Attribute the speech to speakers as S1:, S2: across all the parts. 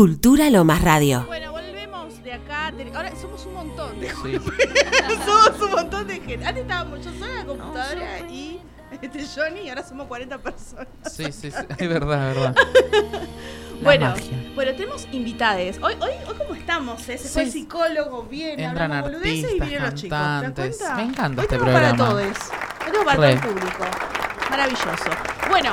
S1: Cultura Lomas Radio.
S2: Bueno, volvemos de acá. Ten- Ahora somos un montón.
S3: Sí.
S2: somos un montón de gente. Antes estábamos yo sola en la computadora y este Johnny, y ahora somos 40 personas.
S3: Sí, sí, sí, es verdad, es verdad. La
S2: bueno,
S3: magia.
S2: bueno, tenemos invitades. Hoy, hoy, hoy ¿cómo estamos? eh? Se fue
S3: Sí.
S2: el psicólogo, viene,
S3: Entran
S2: hablamos boludeces y
S3: artistas,
S2: vienen los chicos. ¿Te das
S3: cantantes.
S2: cuenta?
S3: Me encanta
S2: hoy
S3: este
S2: tenemos para
S3: programa.
S2: todos. Hoy tenemos para todo el
S3: Re.
S2: público. Maravilloso. Bueno.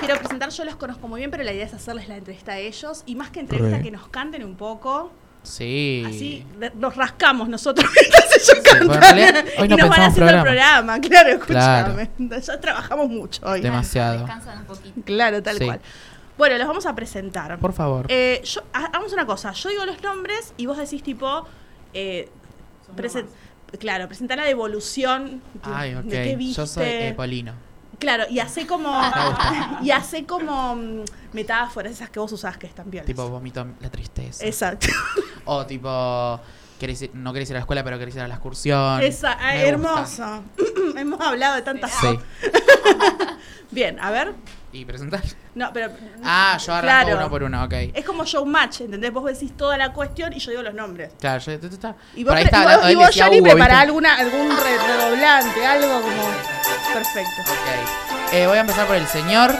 S2: Quiero presentar, yo los conozco muy bien, pero la idea es hacerles la entrevista a ellos y más que entrevista
S3: Re.
S2: que nos canten un poco.
S3: Sí.
S2: Así de- nos rascamos nosotros mientras ellos cantan.
S3: bueno, en realidad, hoy
S2: y
S3: no
S2: nos van
S3: pensamos
S2: haciendo el programa,
S3: programa.
S2: claro, escúchame. Ya trabajamos mucho hoy.
S3: Tema. Demasiado.
S4: Descansan un poquito.
S2: Claro, tal
S3: Sí.
S2: cual. Bueno, los vamos a presentar.
S3: Por favor.
S2: Eh, yo- ha- hagamos una cosa, yo digo los nombres y vos decís tipo, eh, presen- claro, presentá la devolución
S3: Ay,
S2: de qué
S3: ok.
S2: viste.
S3: Yo soy eh, Polino.
S2: claro, y hace como
S3: Me gusta.
S2: y hace como mm, metáforas esas que vos usás que están bien.
S3: Tipo, vomito la tristeza.
S2: Exacto.
S3: O tipo, querés ir- no querés ir a la escuela, pero querés ir a la excursión.
S2: Esa, ah,
S3: Me gusta.
S2: hermoso. Hemos hablado de tantas
S3: Sí.
S2: Bien, a ver.
S3: ¿Y presentar?
S2: No, pero.
S3: Ah, yo arranco
S2: Claro.
S3: uno por uno, ok.
S2: Es como showmatch, ¿entendés? Vos decís toda la cuestión y yo digo los nombres.
S3: Claro, yo, tú- tú- tú-
S2: Y vos,
S3: por ahí
S2: pre-
S3: estaba
S2: y
S3: hablando,
S2: vos, y
S3: él
S2: vos,
S3: decía,
S2: Johnny,
S3: "Uh, ¿viste?".
S2: prepará alguna, algún re- redoblante, algo como. Perfecto.
S3: Ok. Eh, voy a empezar por el señor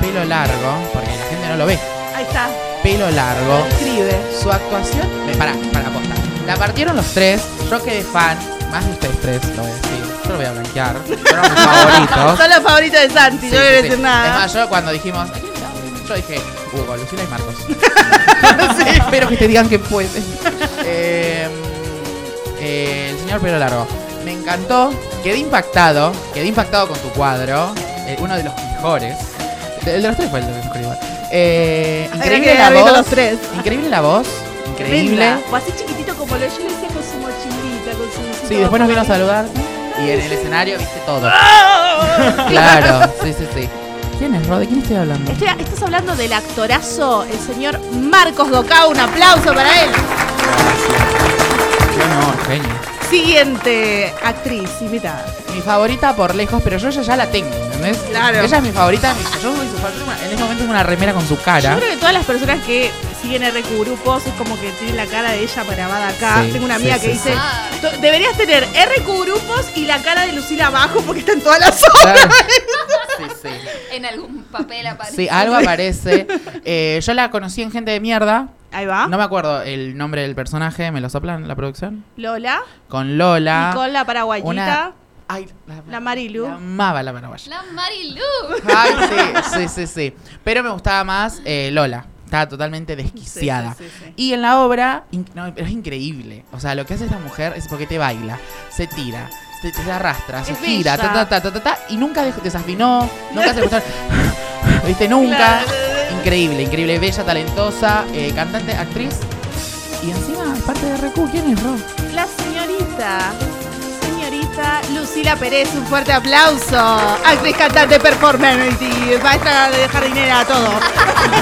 S3: pelo largo, porque la gente no lo ve.
S2: Ahí está.
S3: Pelo largo.
S2: Escribe.
S3: Su actuación. Me pará, para posta. La partieron los tres. Yo quedé fan. Más de ustedes tres, lo voy a decir. Yo lo voy a blanquear. Fueron mis favoritos.
S2: Son los favoritos de Santi,
S3: Sí, sí,
S2: no voy a
S3: sí.
S2: decir
S3: Es
S2: nada.
S3: más, yo cuando dijimos. "¿A quién le damos?", Yo dije, Hugo, Lucila y Marcos. Espero que te digan que puede. Eh, eh, el señor pelo largo. Me encantó. Quedé impactado. Quedé impactado con tu cuadro. eh, uno de los mejores. El de los tres fue el de los mejores igual. Eh,
S2: Habrá
S3: increíble
S2: que
S3: la
S2: haber visto
S3: voz.
S2: los tres.
S3: Increíble la voz. Increíble.
S2: Linda. O así chiquitito como lo yo le decía con su mochilita, con su.
S3: Sí, después nos vino a saludar. Y en el escenario viste todo.
S2: ¡Ah!
S3: Claro. Sí, sí, sí. ¿Quién es, Rod? ¿De quién estoy hablando?
S2: Estoy- estás hablando del actorazo, el señor Marcos Docá. Un aplauso para él.
S3: Qué honor, genio.
S2: Siguiente actriz invitada.
S3: mi favorita por lejos, pero yo ya, ya la tengo, ¿entendés?
S2: Claro.
S3: Ella es mi favorita, mi- yo soy su fan, yo tengo una- en este momento tengo una remera con su cara.
S2: Yo creo que todas las personas que siguen RQ Grupos es como que tienen la cara de ella parada acá.
S3: Sí,
S2: Tengo una
S3: sí,
S2: amiga
S3: sí, sí.
S2: que dice,
S4: Ah.
S2: "Tú- deberías tener RQ Grupos y la cara de Lucila abajo porque está en todas las obras.
S3: Claro. Sí, sí.
S4: En algún papel aparece.
S3: Sí, algo aparece. Eh, yo la conocí en Gente de Mierda.
S2: Ahí va.
S3: No me acuerdo el nombre del personaje, me lo soplan la producción.
S2: Lola,
S3: Con Lola.
S2: Nicola Paraguayita,
S3: una- Ay, la,
S2: la Marilu.
S3: la amaba la paraguaya.
S4: La Marilu.
S3: Ay, sí, sí, sí, sí. Pero me gustaba más eh, Lola. Estaba totalmente desquiciada.
S2: Sí, sí, sí, sí.
S3: Y en la obra, in- no, pero es increíble. O sea, lo que hace esta mujer es porque te baila, se tira, se, se arrastra, se
S2: Es
S3: gira, ta,
S2: bella.
S3: ta, ta, ta, ta, ta, y nunca dejó- desafinó, nunca se escuchar. ¿Viste? Nunca.
S2: Claro.
S3: Increíble, increíble, bella, talentosa, eh, cantante, actriz. Y encima es parte de RQ. ¿Quién es Ro?
S2: La señorita, señorita Lucila Pérez, un fuerte aplauso. Actriz, cantante, performer, y maestra de jardinera, todo.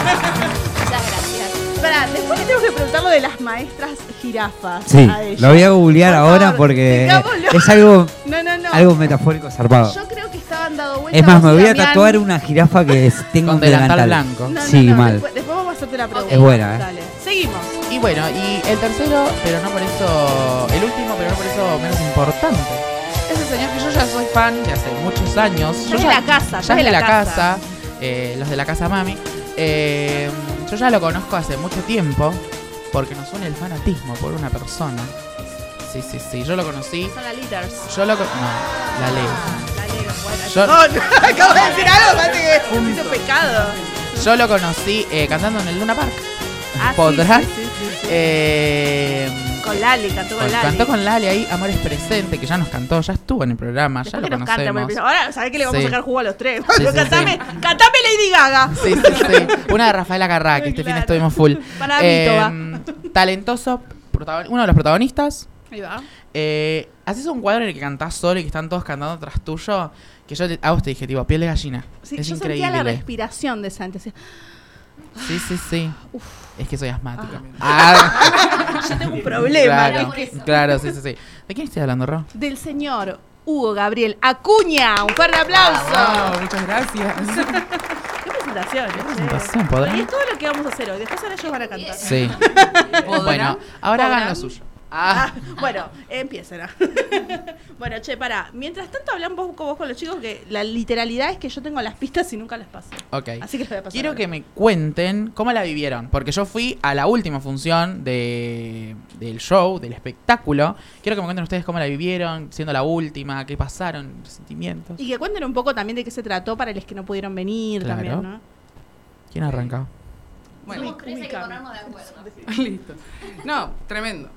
S4: Muchas gracias.
S2: Pará, después le tengo que preguntar lo de las maestras jirafas.
S5: Sí,
S2: a ella.
S5: lo voy a googlear
S2: Por
S5: ahora
S2: favor,
S5: porque
S2: digámoslo.
S5: es algo,
S2: No, no, no.
S5: algo metafórico zarpado.
S2: Yo creo que estaban dado vuelta.
S5: Es más, me
S2: vos y
S5: voy a
S2: Damián.
S5: tatuar una jirafa que es- tenga
S3: Con
S5: un
S3: delantal
S5: delantal.
S3: blanco.
S2: No, no,
S5: Sí,
S2: no,
S5: mal.
S2: Después, después vamos a hacerte la pregunta.
S5: Es buena, ¿eh?
S2: Dale. Seguimos.
S3: Y bueno, y el tercero, pero no por eso, el último, pero no por eso menos importante. Es el señor que yo ya soy fan de hace muchos años.
S2: Ya
S3: Yo
S2: es de la casa,
S3: ya es de la casa. eh, los de la casa mami. Eh, yo ya lo conozco hace mucho tiempo porque nos une el fanatismo por una persona. Sí, sí, sí. Yo lo conocí.
S2: Son las leaders.
S3: Yo lo con- No, la leo.
S2: Ah, La Lero, bueno.
S3: Yo-
S2: No, no, acabo de decir algo, parece que es un pecado.
S3: Yo lo conocí eh, cantando en el Luna Park.
S2: Ah, sí,
S3: ¿Podrá?
S2: sí, sí, sí, sí.
S3: Eh,
S2: Con Lali, cantó con
S3: Con-
S2: Lali.
S3: Cantó con Lali ahí, Amores Presente, que ya nos cantó, ya estuvo en el programa, ya
S2: Después
S3: lo
S2: que nos canta,
S3: conocemos.
S2: porque ahora sabés que le vamos
S3: Sí.
S2: a sacar jugo a los tres.
S3: sí, sí.
S2: cantame, cantame Lady Gaga.
S3: Sí, sí, sí. Una de Rafaela Carrá, que este
S2: Claro.
S3: fin estuvimos full.
S2: Para
S3: Eh, talentoso, protagon- uno de los protagonistas.
S2: Ahí va.
S3: Eh, Haces un cuadro en el que cantás solo y que están todos cantando tras tuyo, que yo te- a vos te dije, tipo, piel de gallina.
S2: Sí,
S3: es
S2: yo
S3: increíble.
S2: sentía la respiración de Santi. así.
S3: sí, sí, sí. Es que soy asmática. Ah,
S2: Yo tengo un problema.
S3: claro,
S2: ¿no? Que-
S3: claro, sí, sí, sí. ¿De quién estoy hablando, Ro?
S2: Del señor Hugo Gabriel Acuña. Un fuerte aplauso.
S3: muchas gracias.
S2: Qué presentación. che.
S3: presentación, ¿podrá?
S2: Y es todo lo que vamos a hacer hoy. Después ahora ellos van a cantar.
S3: Sí. bueno, ahora hagan lo suyo.
S2: Ah,
S3: Ah,
S2: bueno, empiecen. ah. bueno, che, pará. Mientras tanto hablan vos, vos con los chicos que la literalidad es que yo tengo las pistas y nunca las paso.
S3: ok.
S2: Así que las voy a pasar.
S3: Quiero
S2: ahora.
S3: que me cuenten cómo la vivieron, porque yo fui a la última función de, del show, del espectáculo. Quiero que me cuenten ustedes cómo la vivieron, siendo la última, qué pasaron, los sentimientos.
S2: Y que cuenten un poco también de qué se trató para los que no pudieron venir
S3: Claro.
S2: también, ¿no?
S3: ¿Quién arranca?
S1: Bueno,
S4: Somos tres, hay que
S2: ubicame.
S4: ponernos de acuerdo.
S1: listo. No, tremendo.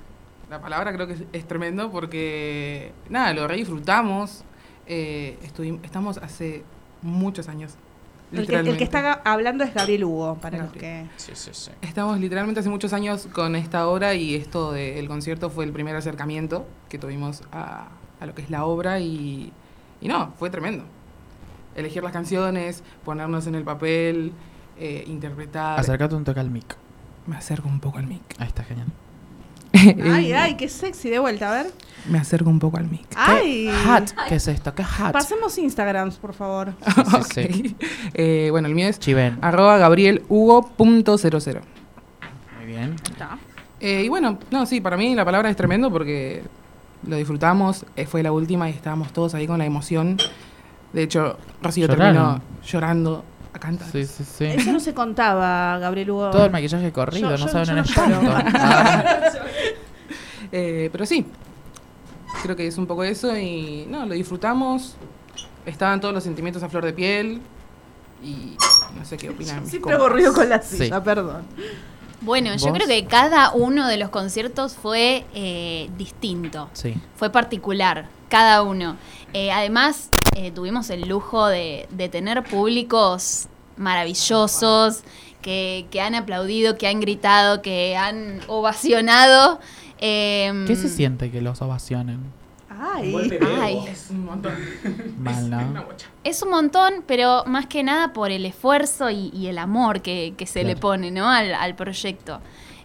S1: La palabra creo que es, es tremendo porque, nada, lo re disfrutamos. Eh, estuvim- estamos hace muchos años.
S2: El que, el que
S1: literalmente.
S2: está ga- hablando es Gabriel Hugo, para los que...
S1: Gabriel.
S3: Sí, sí, sí.
S1: Estamos literalmente hace muchos años con esta obra y esto del concierto fue el primer acercamiento que tuvimos a, a lo que es la obra y, y no, fue tremendo. Elegir las canciones, ponernos en el papel, eh, interpretar.
S3: Acercate un toque al mic.
S1: Me acerco un poco al mic.
S3: Ahí está, genial. Eh,
S2: Ay, ay, qué sexy, de vuelta, a ver.
S1: Me acerco un poco al mic.
S2: Ay.
S3: Hat, ¿qué es esto? ¿Qué hat?
S2: Pasemos Instagrams, por favor.
S3: Sí, sí, sí.
S1: Ok. Eh, bueno, el mío es
S3: Chiven.
S1: arroba gabrielhugo.00.
S3: Muy bien.
S1: Eh, y bueno, no, sí, para mí la palabra es tremendo porque lo disfrutamos, eh, fue la última y estábamos todos ahí con la emoción. De hecho, Rocío
S3: Lloraron.
S1: terminó llorando a cantar.
S3: Sí, sí, sí.
S2: Eso no se contaba, Gabriel Hugo.
S3: Todo el maquillaje corrido,
S2: Yo-
S3: no
S2: yo-
S3: saben este
S2: yo
S3: un
S2: no lloro.
S3: espanto. Ah,
S1: Eh, pero sí, creo que es un poco eso y no, lo disfrutamos. Estaban todos los sentimientos a flor de piel y no sé qué opinan. mis
S2: Siempre
S1: compas.
S2: aburrido con la
S3: Sí.
S2: silla, perdón.
S4: Bueno, yo
S3: ¿Vos?
S4: creo que cada uno de los conciertos fue eh, distinto,
S3: sí.
S4: fue particular, cada uno. Eh, además, eh, tuvimos el lujo de, de tener públicos maravillosos que, que han aplaudido, que han gritado, que han ovacionado. em,
S3: ¿Qué se siente que los ovacionen?
S2: Ay.
S4: Ay.
S1: Es un montón.
S3: Mal,
S1: Una
S3: ¿no?
S1: bocha.
S4: Es un montón, pero más que nada por el esfuerzo y, y el amor que, que se le
S3: Claro.
S4: pone ¿no? al, al proyecto.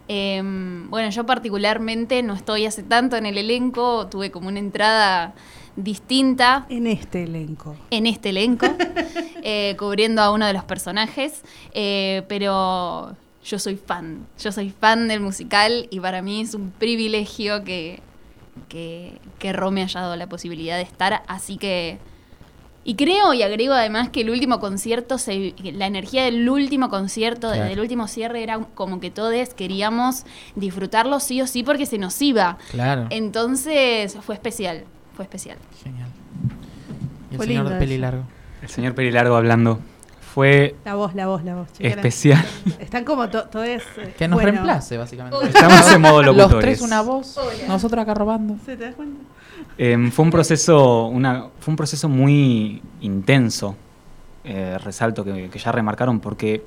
S4: Em, bueno, yo particularmente no estoy hace tanto en el elenco, tuve como una entrada distinta
S2: En este elenco.
S4: en este elenco, eh, cubriendo a uno de los personajes, eh, pero yo soy fan, yo soy fan del musical y para mí es un privilegio que, que, que Ro me haya dado la posibilidad de estar, así que... Y creo y agrego además que el último concierto, se- la energía del último concierto,
S3: Claro.
S4: del último cierre, era como que todos queríamos disfrutarlo sí o sí porque se nos iba.
S3: Claro.
S4: Entonces fue especial, fue especial.
S3: Genial. Y el
S2: Fue
S3: señor
S2: lindo
S3: de peli
S2: eso.
S3: largo.
S6: El señor Perilargo hablando. Fue
S2: La voz, la voz, la voz. che,
S6: especial.
S2: eran- Están como to- todo es. eh,
S3: Que nos
S2: bueno.
S3: reemplace, básicamente.
S6: Estamos en modo
S3: Los
S6: locutores.
S3: tres una voz, nosotros acá robando.
S2: ¿Se te das cuenta?
S6: Em, fue un proceso, una, fue un proceso muy intenso, eh, resalto que, que ya remarcaron, porque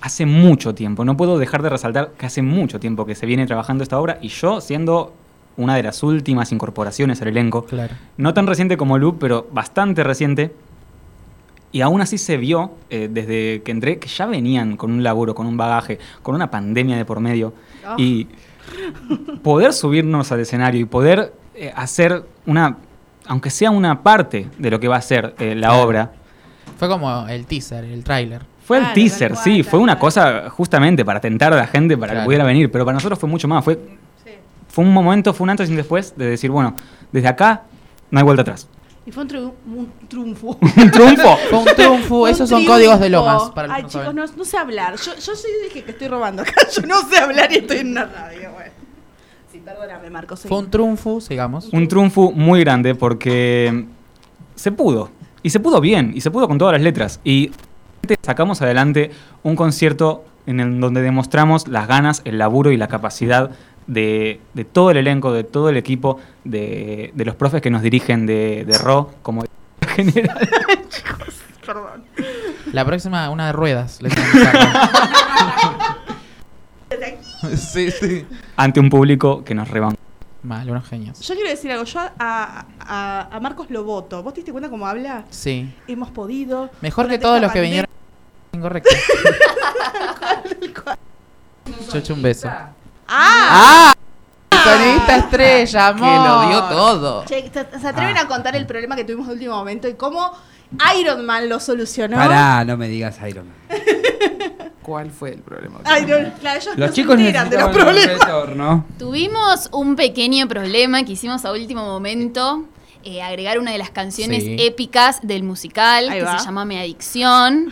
S6: hace mucho tiempo, no puedo dejar de resaltar que hace mucho tiempo que se viene trabajando esta obra y yo siendo una de las últimas incorporaciones al elenco,
S3: Claro.
S6: no tan reciente como Lu, pero bastante reciente. Y aún así se vio, eh, desde que entré, que ya venían con un laburo, con un bagaje, con una pandemia de por medio.
S2: Ah.
S6: Y
S2: Oh.
S6: poder subirnos al escenario y poder eh, hacer una, aunque sea una parte de lo que va a ser eh, la obra,
S3: Fue como el teaser, el tráiler.
S6: fue
S2: Claro,
S6: el
S2: tal
S6: teaser,
S2: cual,
S6: sí,
S2: tal
S6: fue una
S2: cual.
S6: cosa justamente para tentar a la gente para
S3: Claro.
S6: que pudiera venir, pero para nosotros fue mucho más, fue,
S2: Sí.
S6: fue un momento, fue un antes y un después de decir, bueno, desde acá no hay vuelta atrás.
S2: Y fue un, triu- un triunfo.
S6: Un triunfo.
S3: Fue un triunfo,
S2: Un
S3: esos son
S2: triunfo.
S3: códigos de Lomas. Para los que
S2: Ay,
S3: no
S2: chicos,
S3: saben.
S2: no, no sé hablar. Yo, yo sí dije que estoy robando acá. Yo no sé hablar y estoy en una radio. Bueno. Sí, perdóname, Marcos.
S3: Fue un triunfo, sigamos.
S6: Un triunfo muy grande porque se pudo. Y se pudo bien, y se pudo con todas las letras. Y sacamos adelante un concierto en el donde demostramos las ganas, el laburo y la capacidad de, de todo el elenco, de todo el equipo, de, de los profes que nos dirigen, de, de Ro, como general.
S2: Perdón.
S3: La próxima, una de ruedas. le tenemos que sacar. sí, sí.
S6: Ante un público que nos reban.
S3: Mal, unos genios.
S2: Yo quiero decir algo. Yo a, a- a Marcos lo voto. ¿Vos te diste cuenta cómo habla?
S3: Sí.
S2: Hemos podido.
S3: Mejor que
S2: durante
S3: todos
S2: esta
S3: los que
S2: pandemia.
S3: vinieron. Incorrecto. Yo eché un beso.
S2: ¡Ah!
S3: ¡Ah! Sonidista estrella, amor.
S1: Que lo dio todo. Ah.
S2: Che, ¿se se atreven a contar el problema que tuvimos de último momento y cómo Iron Man lo solucionó.
S7: Pará, no me digas Iron Man.
S1: ¿Cuál fue el problema?
S2: Iron, claro, ellos Ah, no
S7: Los
S2: se
S7: chicos
S2: enteran de
S7: necesitaban
S2: los
S7: un
S2: problemas.
S7: retorno.
S4: Tuvimos un pequeño problema que hicimos a último momento. eh, agregar una de las canciones
S7: Sí.
S4: épicas del musical
S2: Ahí
S4: que
S2: va.
S4: se llama Mi Adicción.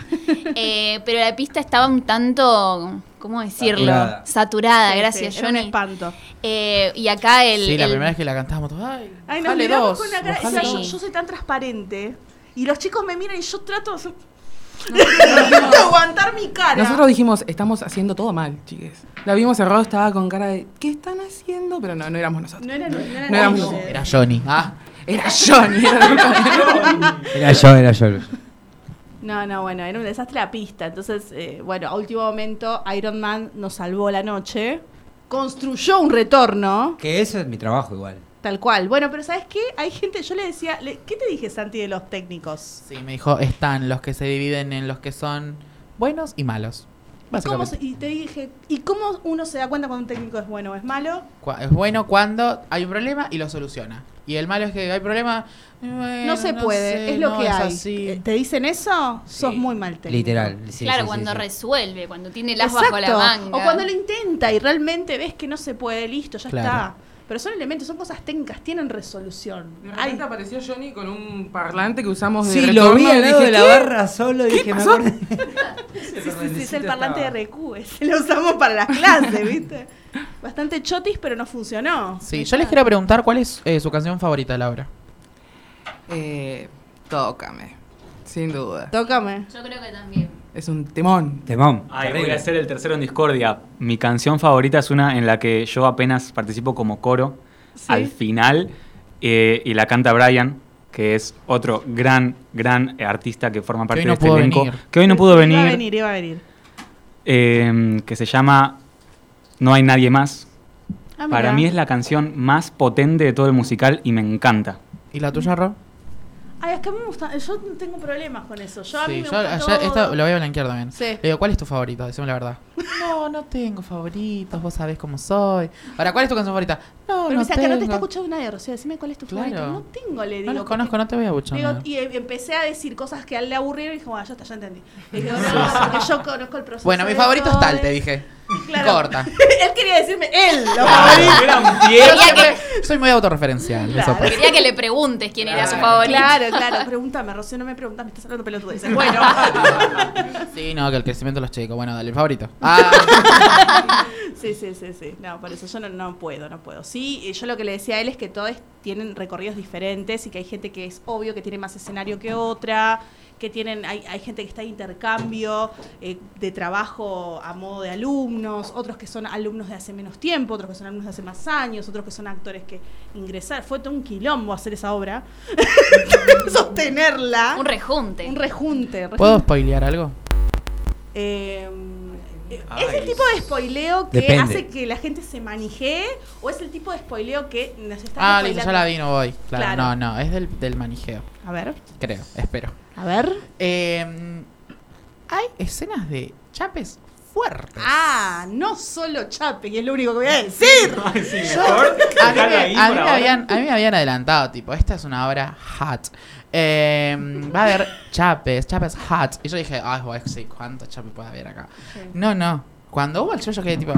S4: Eh, pero la pista estaba un tanto, ¿cómo decirlo?
S7: Saturada.
S4: Saturada,
S2: Sí,
S4: gracias,
S2: sí, era un
S4: Johnny.
S2: espanto.
S4: Eh, y acá el.
S3: sí, la
S4: el-
S3: primera vez que la cantábamos todos. Ay,
S2: Ay, nos
S3: bajale
S2: miramos
S3: dos,
S2: con una cara.
S3: bajale
S2: o sea, yo,
S3: dos.
S2: yo soy tan transparente. Y los chicos me miran y yo trato de de aguantar mi cara.
S1: Nosotros dijimos, estamos haciendo todo mal, chiques. La vimos cerrado, estaba con cara de, ¿qué están haciendo? Pero no, no éramos nosotros.
S2: no era, no era,
S1: No éramos
S2: nadie.
S1: nosotros.
S3: Era Johnny. Ah,
S1: Era Johnny.
S7: Era yo, era yo.
S2: No, no, bueno, era un desastre la pista. Entonces, eh, bueno, a último momento, Iron Man nos salvó la noche, construyó un retorno,
S7: Que eso es mi trabajo igual.
S2: tal cual. Bueno, pero ¿sabes qué? Hay gente, yo le decía, le- ¿qué te dije, Santi, de los técnicos?
S3: sí, me dijo, están los que se dividen en los que son buenos y malos.
S2: ¿Cómo
S3: Básicamente.
S2: se- y te dije, ¿y cómo uno se da cuenta cuando un técnico es bueno o es malo?
S3: Cua- Es bueno cuando hay un problema y lo soluciona. Y el malo es que hay problema. bueno,
S2: no se puede,
S3: sé,
S2: es lo
S3: no,
S2: que hay.
S3: así.
S2: Eh, ¿Te dicen eso? Sos
S3: Sí.
S2: muy mal técnico.
S7: Literal. sí,
S4: claro,
S7: sí, sí,
S4: cuando
S7: sí.
S4: resuelve, cuando tiene las bajo la
S2: Exacto.
S4: manga.
S2: O cuando lo intenta y realmente ves que no se puede, listo, ya
S3: Claro.
S2: está. Pero son elementos, son cosas técnicas, tienen resolución.
S1: De
S2: Hay-
S1: repente apareció Johnny con un parlante que usamos de
S7: Sí,
S1: retorno
S7: lo vi
S1: y
S7: al lado
S1: dije,
S7: de la
S1: "¿Qué?".
S7: barra solo y dije, me acordé.
S2: Sí, sí, sí, es el parlante de RQ, ese lo usamos para las clases, ¿viste? Bastante chotis, pero no funcionó. Eh,
S3: Sí, yo les quiero preguntar cuál es eh, su canción favorita de la obra.
S1: Eh, tócame, sin duda.
S2: Tócame.
S4: Yo creo que también.
S1: Es un temón.
S7: Temón.
S6: Ay, voy
S7: terrible.
S6: a ser el tercero en discordia. Mi canción favorita es una en la que yo apenas participo como coro al final eh, y la canta Brian, que es otro gran, gran artista que forma parte
S3: hoy
S6: de
S3: no
S6: este
S3: pudo
S6: elenco,
S3: venir.
S6: que hoy no pudo venir,
S2: Iba a venir, iba a venir.
S6: eh, que se llama No hay nadie más.
S2: Ah,
S6: Para
S2: mirá.
S6: mí es la canción más potente de todo el musical y me encanta.
S3: ¿Y la tuya, Ro?
S2: Ay, es que a mí me gusta. Yo tengo problemas con eso. Yo a mí
S3: sí,
S2: me
S3: yo
S2: gusta.
S3: ayer
S2: todo.
S3: esta lo voy a blanquear también.
S2: Sí.
S3: Le digo, ¿cuál es tu favorito? Decime la verdad. No, no tengo favoritos, vos sabés cómo soy. Ahora, ¿cuál es tu canción favorita? No,
S2: Pero me
S3: no
S2: dice,
S3: tengo.
S2: "Acá no te está escuchando nadie, Rocío. Decime cuál es tu
S3: Claro.
S2: favorito. No tengo, le digo.
S3: No los
S2: porque-
S3: conozco, no te voy a
S2: Digo,
S3: buchar.
S2: y em- empecé a decir cosas que a él le aburrieron y dije, bueno, ya está, ya entendí. Le digo, no, porque yo conozco el proceso.
S3: Bueno, mi
S2: de
S3: favorito es
S2: todo,
S3: tal,
S2: de-
S3: te dije.
S2: Claro.
S3: Corta.
S2: él quería decirme él, lo favorito.
S3: Yo siempre- soy muy autorreferencial.
S2: Claro.
S3: Eso pasa.
S4: Quería que le preguntes quién era su favorito.
S2: Claro, claro, pregúntame, Rocío, no me preguntas, me estás hablando pelotudeces. Bueno,
S3: Sí, no, que el crecimiento de los chicos. Bueno, dale, el favorito. Ah,
S2: sí, sí, sí, sí. No, por eso yo no, no puedo, no puedo. Sí, eh, yo lo que le decía a él es que todos tienen recorridos diferentes y que hay gente que es obvio que tiene más escenario que otra, que tienen, hay, hay gente que está de intercambio eh, de trabajo a modo de alumnos, otros que son alumnos de hace menos tiempo, otros que son alumnos de hace más años, otros que son actores que ingresar. Fue todo un quilombo hacer esa obra, sostenerla.
S4: Un rejunte.
S2: Un rejunte.
S3: ¿Puedo
S2: rejunte.
S3: spoilear algo?
S2: Eh, ¿Es el tipo de spoileo que
S7: Depende.
S2: hace que la gente se manijee o es el tipo de spoileo que nos está
S3: Ah, listo, ya la vi, no voy. Claro,
S2: Claro.
S3: No, no, es del, del manijeo.
S2: A ver,
S3: Creo, espero.
S2: a ver.
S3: Eh, hay escenas de chapes fuertes.
S2: Ah, no solo Chape, que es lo único que voy a decir.
S3: A mí, me, a mí me habían, a mí me habían adelantado, tipo, esta es una obra hot. Eh, va a haber chapes, chapes hot. Y yo dije, ay, bueno, sí, ¿cuánto chape puede haber acá? No, no. Cuando hubo el show, yo quedé tipo,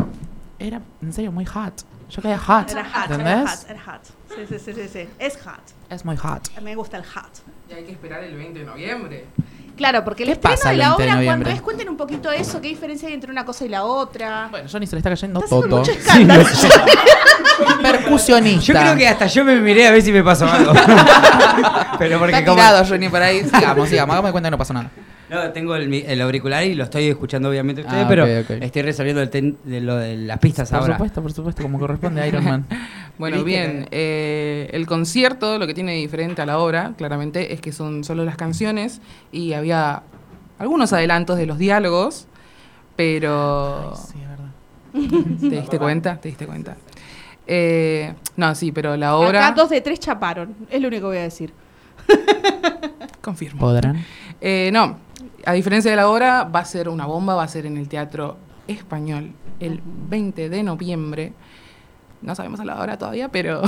S3: era en serio muy hot. Yo quedé hot.
S2: Era hot, era
S3: ¿Entendés?
S2: hot, era hot. Sí, sí, sí, sí, sí. Es hot.
S3: Es muy hot.
S2: Me gusta el hot.
S1: Y hay que esperar el 20 de noviembre.
S2: Claro, porque el
S3: ¿Qué
S2: estreno
S3: pasa
S2: de
S3: el
S2: la
S3: 20 de
S2: obra, cuando
S3: noviembre?
S2: es, cuenten un poquito eso, qué diferencia hay entre una cosa y la otra.
S3: Bueno, Johnny se le está cayendo
S2: Está haciendo
S3: todo.
S2: mucho escándalo.
S3: Percusionista.
S7: Yo creo que hasta yo me miré a ver si me pasó algo. Pero porque
S3: Está
S7: como.
S3: tirado Johnny por ahí. Sigamos, sigamos. Hágame cuenta que no pasó nada.
S7: No, tengo el, mi- el auricular y lo estoy escuchando obviamente ustedes,
S3: Ah,
S7: pero
S3: ok, ok.
S7: estoy resolviendo el ten- de lo de las pistas
S3: Por
S7: ahora.
S3: supuesto, por supuesto, como corresponde a Iron Man.
S1: Bueno, bien, eh, el concierto, lo que tiene diferente a la obra, claramente, es que son solo las canciones y había algunos adelantos de los diálogos, pero...
S3: Sí, es verdad.
S1: ¿Te diste cuenta? ¿Te diste cuenta? Eh, no, sí, pero la obra...
S2: Acá dos de tres chaparon, es lo único que voy a decir.
S1: Confirmo.
S3: ¿Podrán?
S1: Eh, no, a diferencia de la obra, va a ser una bomba, va a ser en el Teatro Español el 20 de noviembre. No sabemos a la hora todavía, pero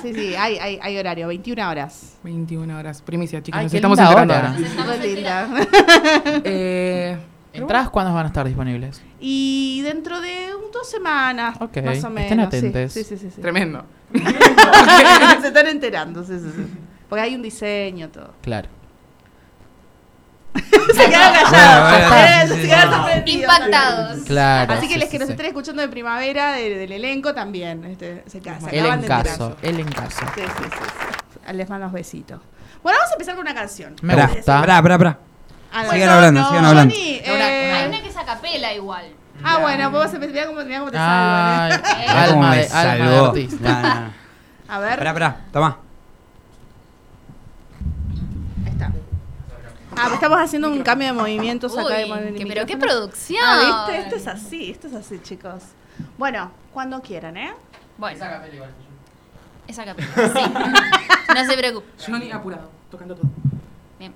S2: Sí, sí, hay, hay, hay horario, 21 horas.
S1: 21 horas. Primicia, chicos,
S3: Ay,
S1: nos
S3: qué
S1: estamos
S3: linda
S1: enterando
S3: hora.
S1: ahora.
S2: Muy linda.
S1: Eh,
S3: ¿Entradas cuándo van a estar disponibles?
S2: Y dentro de un- dos semanas,
S3: Ok,
S2: más o
S3: estén
S2: menos. sí,
S3: atentes.
S2: Sí, sí, sí. sí.
S1: tremendo.
S2: Se están enterando, sí, sí, sí. Porque hay un diseño, todo.
S3: Claro.
S2: Se quedan
S7: Bueno, bueno,
S2: callados.
S7: sí,
S2: eh,
S7: sí,
S2: Se quedan
S7: sí.
S2: sorprendidos.
S5: Impactados.
S3: Claro.
S2: Así que
S3: sí,
S2: les
S3: sí,
S2: que nos
S3: sí.
S2: estén escuchando de primavera, de- del elenco también. Este, se, ca- se
S3: El
S2: acaban de enterar.
S3: encaso, el encaso.
S2: Sí, sí, sí, sí. Les mando los besitos. Bueno, vamos a empezar con una canción.
S3: Me
S7: Pará,
S3: gusta.
S7: Pará, pará, pará.
S2: Ah, no.
S7: Sigan hablando, sigan hablando.
S2: Johnny,
S3: No, una-
S2: eh,
S5: Hay una que es a capela igual.
S2: Ah, bueno, vos empezás. Mirá cómo, mirá cómo
S7: Ah.
S2: te salvan,
S3: Ay,
S2: eh.
S5: Mirá
S7: Mirá cómo
S3: alma,
S7: me
S3: de, alma de
S7: salvó.
S3: artista.
S7: No, no, no.
S2: A ver,
S7: Pará, pará, toma.
S2: ahí está. Ah, pues estamos haciendo un cambio de movimientos acá. De
S5: Uy,
S2: mover el
S5: que- pero qué
S2: micrófono.
S5: producción.
S2: Ah, ¿viste? Esto es así, esto es así, chicos. Bueno, cuando quieran, ¿eh?
S5: Bueno, es a capela. Sí. no se preocupe.
S1: Johnny apurado, tocando todo.
S5: Bien.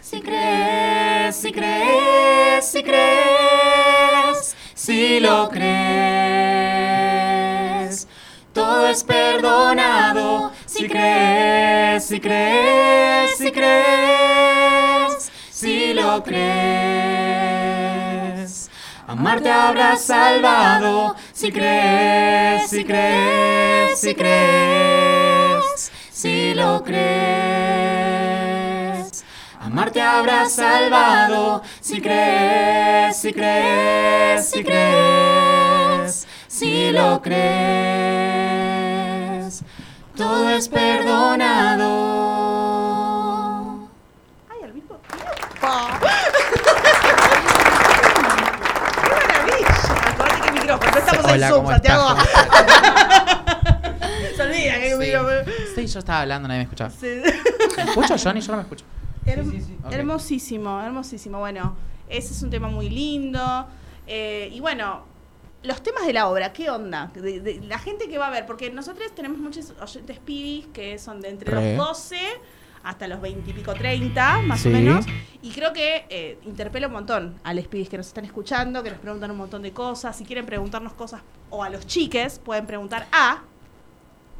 S5: Si crees, si crees, si crees, si lo crees, todo es perdonado. Si crees, si crees, si crees, si lo crees. Amarte habrá salvado si crees, si crees, si crees, si lo crees. Amarte habrá salvado si crees, si crees, si crees, si lo crees. Todo es perdonado.
S2: Ay, al mismo tiempo. ¡Qué maravilla! Acordate que el micrófono, no estamos
S3: Hola,
S2: en Zoom,
S3: ¿cómo estás?
S2: Santiago.
S3: ¿Cómo estás?
S2: Se olvida que hay un
S3: Sí.
S2: micrófono.
S3: Sí, yo estaba hablando, nadie me escuchaba.
S2: Sí.
S3: ¿Me escucho, Johnny? Yo no me escucho.
S2: Herm-
S3: Ok.
S2: Hermosísimo, hermosísimo. Bueno, ese es un tema muy lindo. Eh, y bueno, los temas de la obra, ¿qué onda? De- de- la gente que va a ver, porque nosotros tenemos muchos oyentes pibis que son de entre
S3: Re.
S2: los 12 hasta los 20 y pico, 30, más
S3: Sí.
S2: o menos. Y creo que eh, interpela un montón a los pibis que nos están escuchando, que nos preguntan un montón de cosas. Si quieren preguntarnos cosas, o a los chiques, pueden preguntar a...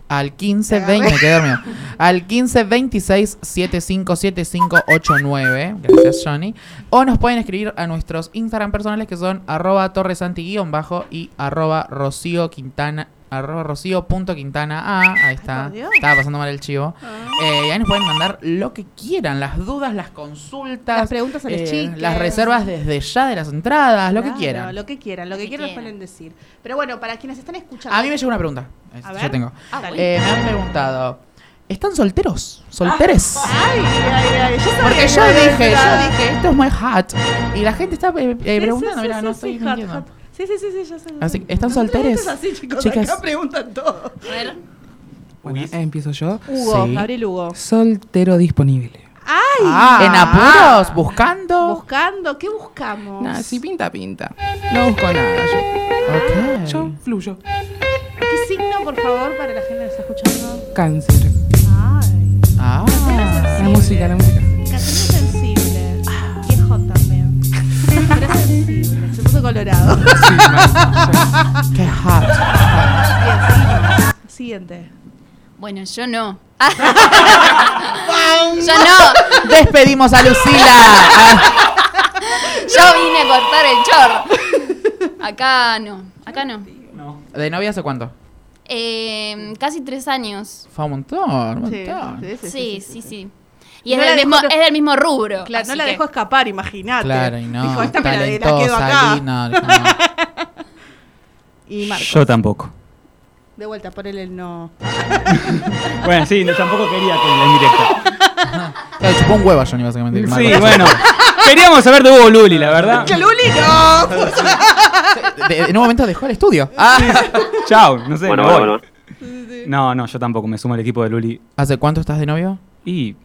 S3: Al 15 20, me quedé dormido. Al 15 26 75 75 89. Gracias, Johnny. O nos pueden escribir a nuestros Instagram personales que son arroba torresanti-bajo y arroba rocío quintana arroba rocío punto quintana a ahí está
S2: por Dios.
S3: estaba pasando mal el chivo
S2: Ah.
S3: Eh, y ahí nos pueden mandar lo que quieran las dudas las consultas eh,
S2: Las preguntas a los chiques.
S3: las reservas desde ya de las entradas lo
S2: Claro,
S3: que quieran
S2: Lo que quieran, lo que
S5: que
S2: quieran, nos
S5: quieran.
S2: pueden decir. Pero bueno, para quienes están escuchando.
S3: a mí me llegó una pregunta Este,
S2: A
S3: yo
S2: ver.
S3: tengo
S5: Ah,
S2: Dale.
S3: Eh, me han preguntado, ¿están solteros? ¿Solteres?
S2: Ay, ay, ay, yo Ah, sabía
S3: Porque
S2: que
S3: yo
S2: había
S3: dije,
S2: entrado.
S3: yo dije, esto es muy hot. Y la gente está eh, eh,
S2: Sí, sí,
S3: preguntando,
S2: sí,
S3: mira,
S2: sí,
S3: no
S2: sí,
S3: estoy
S2: hot,
S3: mintiendo.
S2: hot. Sí, sí, sí, sí, ya sé.
S3: Así que, ¿están
S2: Nosotros
S3: solteres?
S2: es así, chicos,
S3: Chicas.
S2: acá preguntan todo.
S5: A ver.
S1: Bueno,
S6: Uy.
S1: eh, empiezo yo.
S2: Hugo,
S3: Sí.
S2: Gabriel Hugo.
S1: Soltero disponible.
S3: Ah, ¿En apuros? ¿Buscando?
S2: Buscando, ¿qué buscamos?
S1: Nada, si pinta, pinta. No busco nada yo.
S3: Ok.
S1: Yo fluyo.
S2: ¿Qué signo, por favor, para la gente que está escuchando?
S1: Cáncer.
S2: Ay,
S3: Ah.
S1: La música, la música.
S2: Caterina es sensible. Y es hot también. Pero es sensible. Se puso colorado.
S3: Qué hot.
S2: Bien, seguimos. Siguiente.
S5: Bueno, yo no. yo no.
S3: Despedimos a Lucila. Ah,
S5: Yo vine a cortar el chorro. Acá no. Acá no.
S3: ¿De novia hace cuánto?
S5: Eh, casi tres años.
S3: Fue un montón,
S7: Ah,
S3: un
S2: Sí,
S3: montón.
S5: Sí, sí, sí.
S2: Y
S5: Y es,
S2: no
S5: del
S2: la
S5: mismo,
S2: dejó-
S5: es del mismo rubro.
S2: Claro, no
S5: así
S2: la
S5: que-
S2: dejó escapar, imagínate.
S3: Claro, y no.
S2: Dijo, esta me la, la quedo
S3: talentosa,
S2: acá.
S3: linda, no.
S2: Y Marcos.
S6: Yo tampoco.
S2: De vuelta, ponele el no.
S6: Bueno, sí, no, tampoco quería que la indirecta.
S3: Claro, chupó un huevo a Johnny, básicamente.
S6: Sí, bueno. Queríamos saber de Hugo Luli, la verdad.
S2: ¡Luli, no!
S3: De- en un momento dejó el estudio. Ah.
S6: Chao, no sé.
S8: Bueno,
S6: me
S8: bueno,
S6: voy.
S8: bueno.
S6: No, no, yo tampoco me sumo al equipo de Luli.
S3: ¿Hace cuánto estás de novio?
S6: Y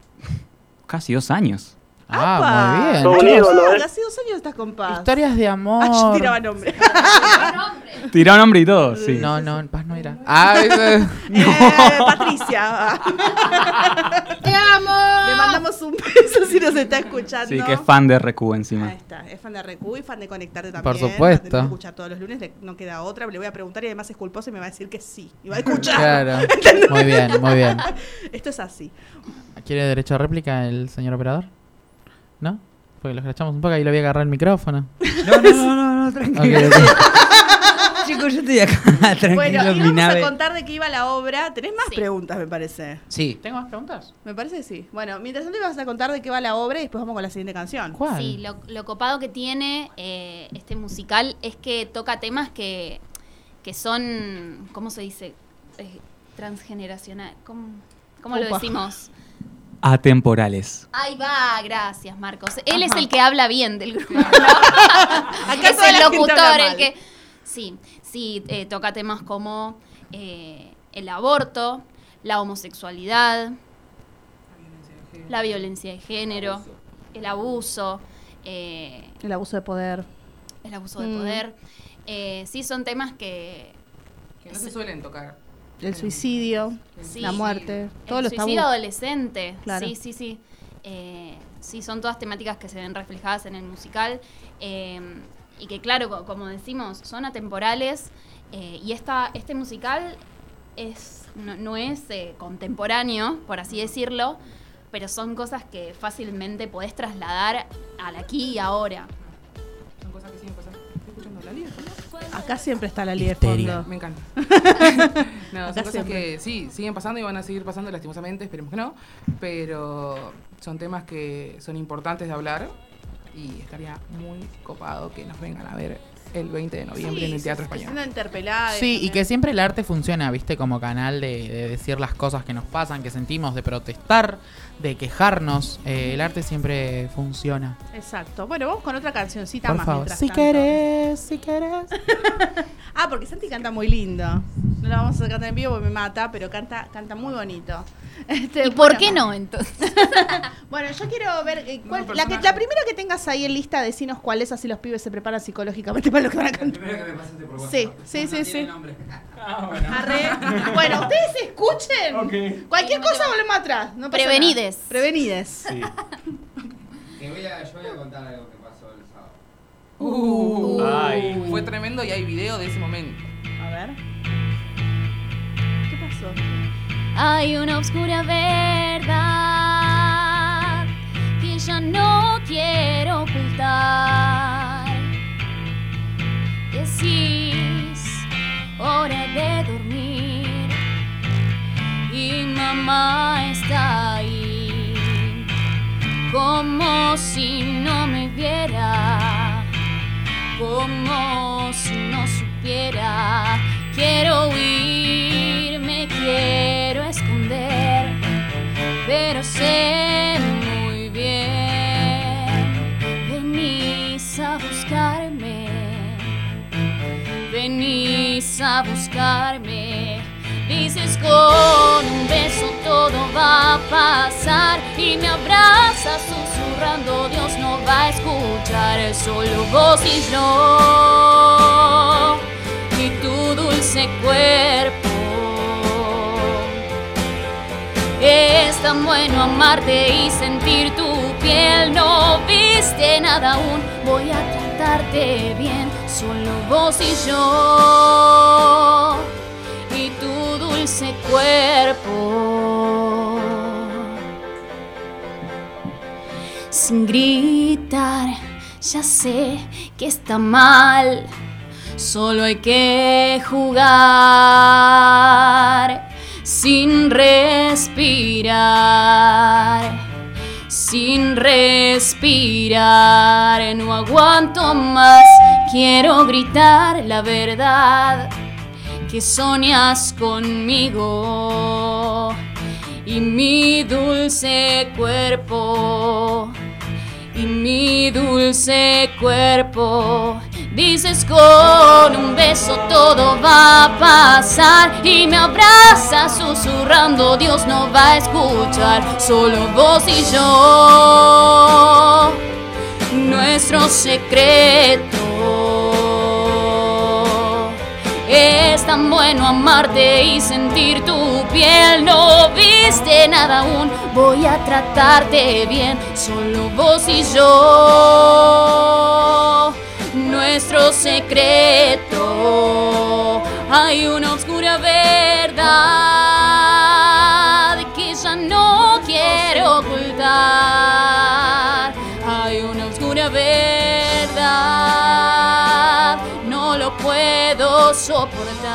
S6: casi dos años.
S3: Ah, muy bien.
S9: Todo
S3: chicos.
S9: un ídolo, ¿eh?
S2: Hace dos años estás con Paz.
S3: Historias de amor.
S2: Ah, yo tiraba nombre.
S6: Tiró nombre y todo, sí.
S3: No, no, Paz no era. Ah, eso-
S2: Eh, Patricia.
S10: ¡Te amo!
S2: Le mandamos un beso si nos está escuchando.
S6: Sí, que es fan de RQ
S2: Ahí
S6: encima.
S2: está, es fan de RQ y fan de Conectarte también.
S3: Por supuesto.
S2: La tenés que escuchar todos los lunes, le- no queda otra. Le voy a preguntar y además es culposo y me va a decir que sí. Y va a escuchar.
S3: Claro. Muy bien, muy bien.
S2: Esto es así.
S3: ¿Quiere derecho a réplica el señor operador? ¿No? Porque lo escrachamos un poco y le voy a agarrar el micrófono.
S11: No, no, no, no, no, tranquilo.
S3: Ok, ok.
S11: Chicos, yo estoy acá, tranquilo
S2: bueno, y
S11: en mi
S2: vamos a
S11: nave.
S2: contar de qué iba la obra. Tenés más preguntas, me parece.
S3: Sí. ¿Tengo más preguntas?
S2: Me parece que sí. Bueno, mientras tanto vas a contar de qué va la obra y después vamos con la siguiente canción.
S3: ¿Cuál?
S10: Sí, lo, lo copado que tiene eh, este musical es que toca temas que, que son, ¿cómo se dice? Eh, transgeneracional. ¿Cómo, cómo lo
S2: Upa.
S10: decimos?
S6: Atemporales.
S10: Ahí va, gracias Marcos. Él es el que habla bien del grupo. es
S2: toda la
S10: el
S2: gente habla
S10: locutor,
S2: mal.
S10: el que... Sí, sí, eh, toca temas como eh, el aborto, la homosexualidad, la violencia de género, el abuso, eh,
S2: El abuso de poder.
S10: el abuso de
S2: Mm.
S10: poder. Eh, sí, son temas que...
S1: Que no se suelen tocar.
S2: El suicidio,
S10: Em, Sí.
S2: la muerte, todos
S10: el
S2: los tabúes.
S10: suicidio adolescente.
S2: Claro.
S10: Sí, sí, sí. Eh, sí, son todas temáticas que se ven reflejadas en el musical. eh, y que, claro, co- como decimos, son atemporales. eh, y esta, este musical es, no, no es eh, contemporáneo, por así decirlo, pero son cosas que fácilmente podés trasladar al aquí y ahora.
S1: Son cosas que siguen pasando. ¿Estoy escuchando la liga?
S2: Acá siempre está la ley de fondo.
S1: Me encanta. no, son
S2: Acá
S1: cosas
S2: siempre.
S1: que sí, siguen pasando y van a seguir pasando lastimosamente, esperemos que no, pero son temas que son importantes de hablar y estaría muy copado que nos vengan a ver el 20 de noviembre en el Teatro Español.
S2: Siendo interpelada.
S3: Sí, y que siempre el arte funciona, viste, como canal de, de decir las cosas que nos pasan, que sentimos, de protestar, de quejarnos. Eh, el arte siempre funciona.
S2: Exacto. Bueno, vamos con otra cancioncita
S3: Por
S2: más.
S3: favor.
S2: mientras
S3: Si
S2: tanto.
S3: querés, si querés.
S2: Ah, porque Santi canta muy lindo. No la vamos a cantar en vivo porque me mata, pero canta, canta muy bonito. Este,
S10: ¿Y por
S2: bueno.
S10: qué no, entonces?
S2: Bueno, yo quiero ver eh, cuál-
S1: Nuevo
S2: la, que,
S1: personaje.
S2: la primera que tengas ahí en lista, decinos cuál es, así los pibes se preparan psicológicamente para lo que van a cantar. Sí, sí, sí, sí. Ah, Arre. Bueno, ustedes escuchen. Cualquier cosa volvemos atrás. No pasa
S10: Prevenides.
S2: nada. Prevenides.
S6: Sí.
S7: Te voy a, yo voy a contar algo que pasó el sábado.
S1: Uh,
S6: Ay.
S1: Fue tremendo y hay video de ese momento.
S2: A ver. ¿Qué pasó?
S10: Hay una oscura verdad que ya no quiero ocultar. Decís hora de dormir y mamá está ahí como si no me viera, como si no supiera. Quiero huir, me quiero esconder, pero sé muy bien. Venís a buscarme, venís a buscarme. Dices con un beso todo va a pasar y me abrazas susurrando Dios no va a escuchar solo vos y yo y tu dulce cuerpo. Es tan bueno amarte y sentir tu piel, no viste nada aún, voy a tratarte bien, solo vos y yo y tu dulce cuerpo. Sin gritar, ya sé que está mal solo hay que jugar sin respirar. Sin respirar, no aguanto más, quiero gritar la verdad que soñas conmigo y mi dulce cuerpo y mi dulce cuerpo Dices con un beso todo va a pasar y me abrazas susurrando Dios no va a escuchar, solo vos y yo, nuestro secreto. Es tan bueno amarte y sentir tu piel, no viste nada aún, voy a tratarte bien, solo vos y yo nuestro secreto. Hay una oscura verdad que ya no quiero ocultar. Hay una oscura verdad, no lo puedo soportar.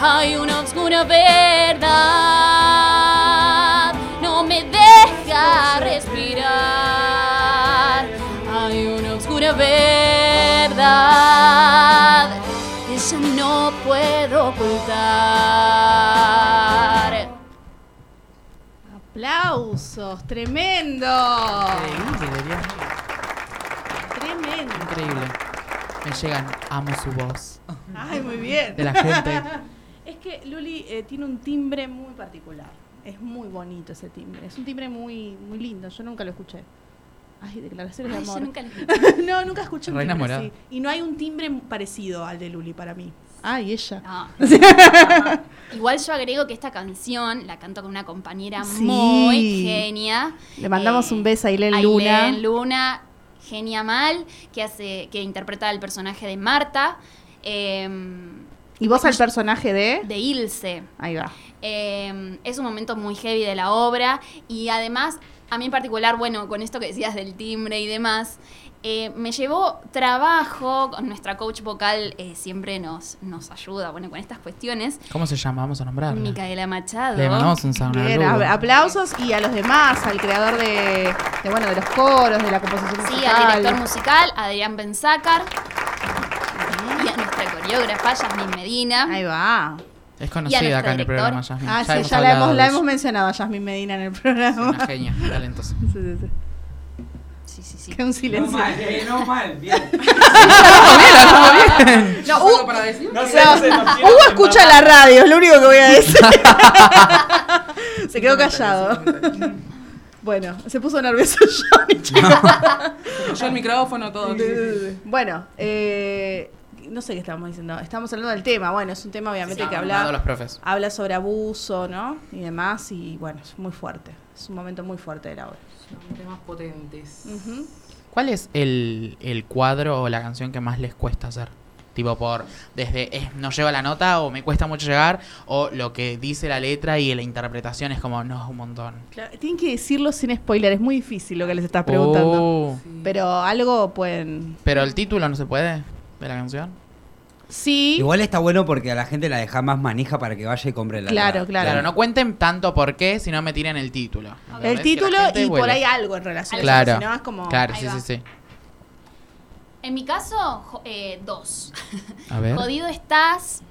S10: Hay una oscura verdad, no me deja respirar. Hay una oscura verdad que ya no puedo ocultar.
S2: Aplausos, tremendo.
S3: Increíble, Delia.
S2: Tremendo.
S3: Increíble. Me llegan, amo su voz.
S2: Ay, muy bien.
S3: De la gente.
S2: Es que Luli eh, tiene un timbre muy particular. Es muy bonito ese timbre. Es un timbre muy, muy lindo. Yo nunca lo escuché. Ay, declaraciones de
S4: Ay, yo
S2: amor.
S4: nunca le
S2: no, nunca escuché un
S3: Re
S2: timbre
S3: enamorada.
S2: así. Y no hay un timbre parecido al de Luli para mí. Ay, ella.
S4: No. Ah. Igual yo agrego que esta canción la canto con una compañera
S2: Sí.
S4: muy genia.
S2: Le mandamos
S4: Eh,
S2: un beso a Ailén
S4: Ailén
S2: Luna.
S4: Luna, genia mal, que hace, que interpreta el personaje de Marta, em,
S2: Y vos al personaje de...
S4: de Ilse.
S2: Ahí va.
S4: Eh, es un momento muy heavy de la obra y además, a mí en particular, bueno, con esto que decías del timbre y demás, eh, me llevó trabajo, con nuestra coach vocal eh, siempre nos, nos ayuda, bueno, con estas cuestiones,
S3: ¿Cómo se llama? Vamos a nombrarla.
S4: Micaela Machado.
S3: Le mandamos un saludo.
S2: Bien, a- aplausos y a los demás, al creador de, de, bueno, de los coros, de la composición
S4: Sí,
S2: musical.
S4: al director musical, Adrián Benzácar. Y a nuestra coreógrafa, Yasmin Medina.
S2: Ahí va.
S3: Es
S4: Y a
S3: conocida
S4: nuestro
S3: acá en el
S4: director.
S3: programa, Yasmin.
S2: Ah, sí,
S3: hemos
S2: ya la
S3: hablado
S2: hemos,
S3: de
S2: la
S3: ella.
S2: hemos mencionado a Yasmin Medina en el
S3: Es
S2: programa.
S3: Una genia, talentosa.
S2: Sí, sí, sí.
S4: Sí, sí, sí.
S2: Que un
S5: No
S2: silencio.
S5: mal, eh, no mal, bien.
S2: No,
S11: ¿Algo
S2: Hugo-
S11: para decir?
S5: No sé, no sé, no quiero
S2: Hugo escucha la radio, es lo único que voy a decir. Se quedó callado. Bueno, se puso nervioso Johnny.
S11: Yo el micrófono, todo.
S2: Bueno, eh, no sé qué estábamos diciendo. Estamos hablando del tema. Bueno, es un tema obviamente que
S3: Hablando
S2: habla,
S3: de los profes.
S2: habla sobre abuso, ¿no? Y demás. Y bueno, es muy fuerte. Es un momento muy fuerte de la obra.
S11: Temas potentes.
S2: Ujú.
S3: ¿Cuál es el, el cuadro o la canción que más les cuesta hacer? Tipo por, desde eh, no lleva la nota o me cuesta mucho llegar o lo que dice la letra y la interpretación es como, no, es un montón.
S2: Claro, tienen que decirlo sin spoiler. Es muy difícil lo que les estás preguntando.
S3: Oh,
S2: Pero algo pueden.
S3: Pero el título no se puede de la canción.
S2: Sí.
S5: Igual está bueno porque a la gente la deja más manija para que vaya y compre la
S2: Claro,
S5: entrada.
S2: claro.
S3: Claro, no cuenten tanto por qué, sino me tiren el título. ¿Entendés?
S2: El
S3: Que
S2: título
S3: la gente
S2: y por
S3: vuele.
S2: ahí algo en relación.
S3: Claro.
S2: Si no, es como.
S3: Claro,
S4: Ahí
S3: sí, sí,
S4: va.
S3: sí.
S4: En mi caso, jo- eh, dos.
S3: A ver.
S4: Jodido estás.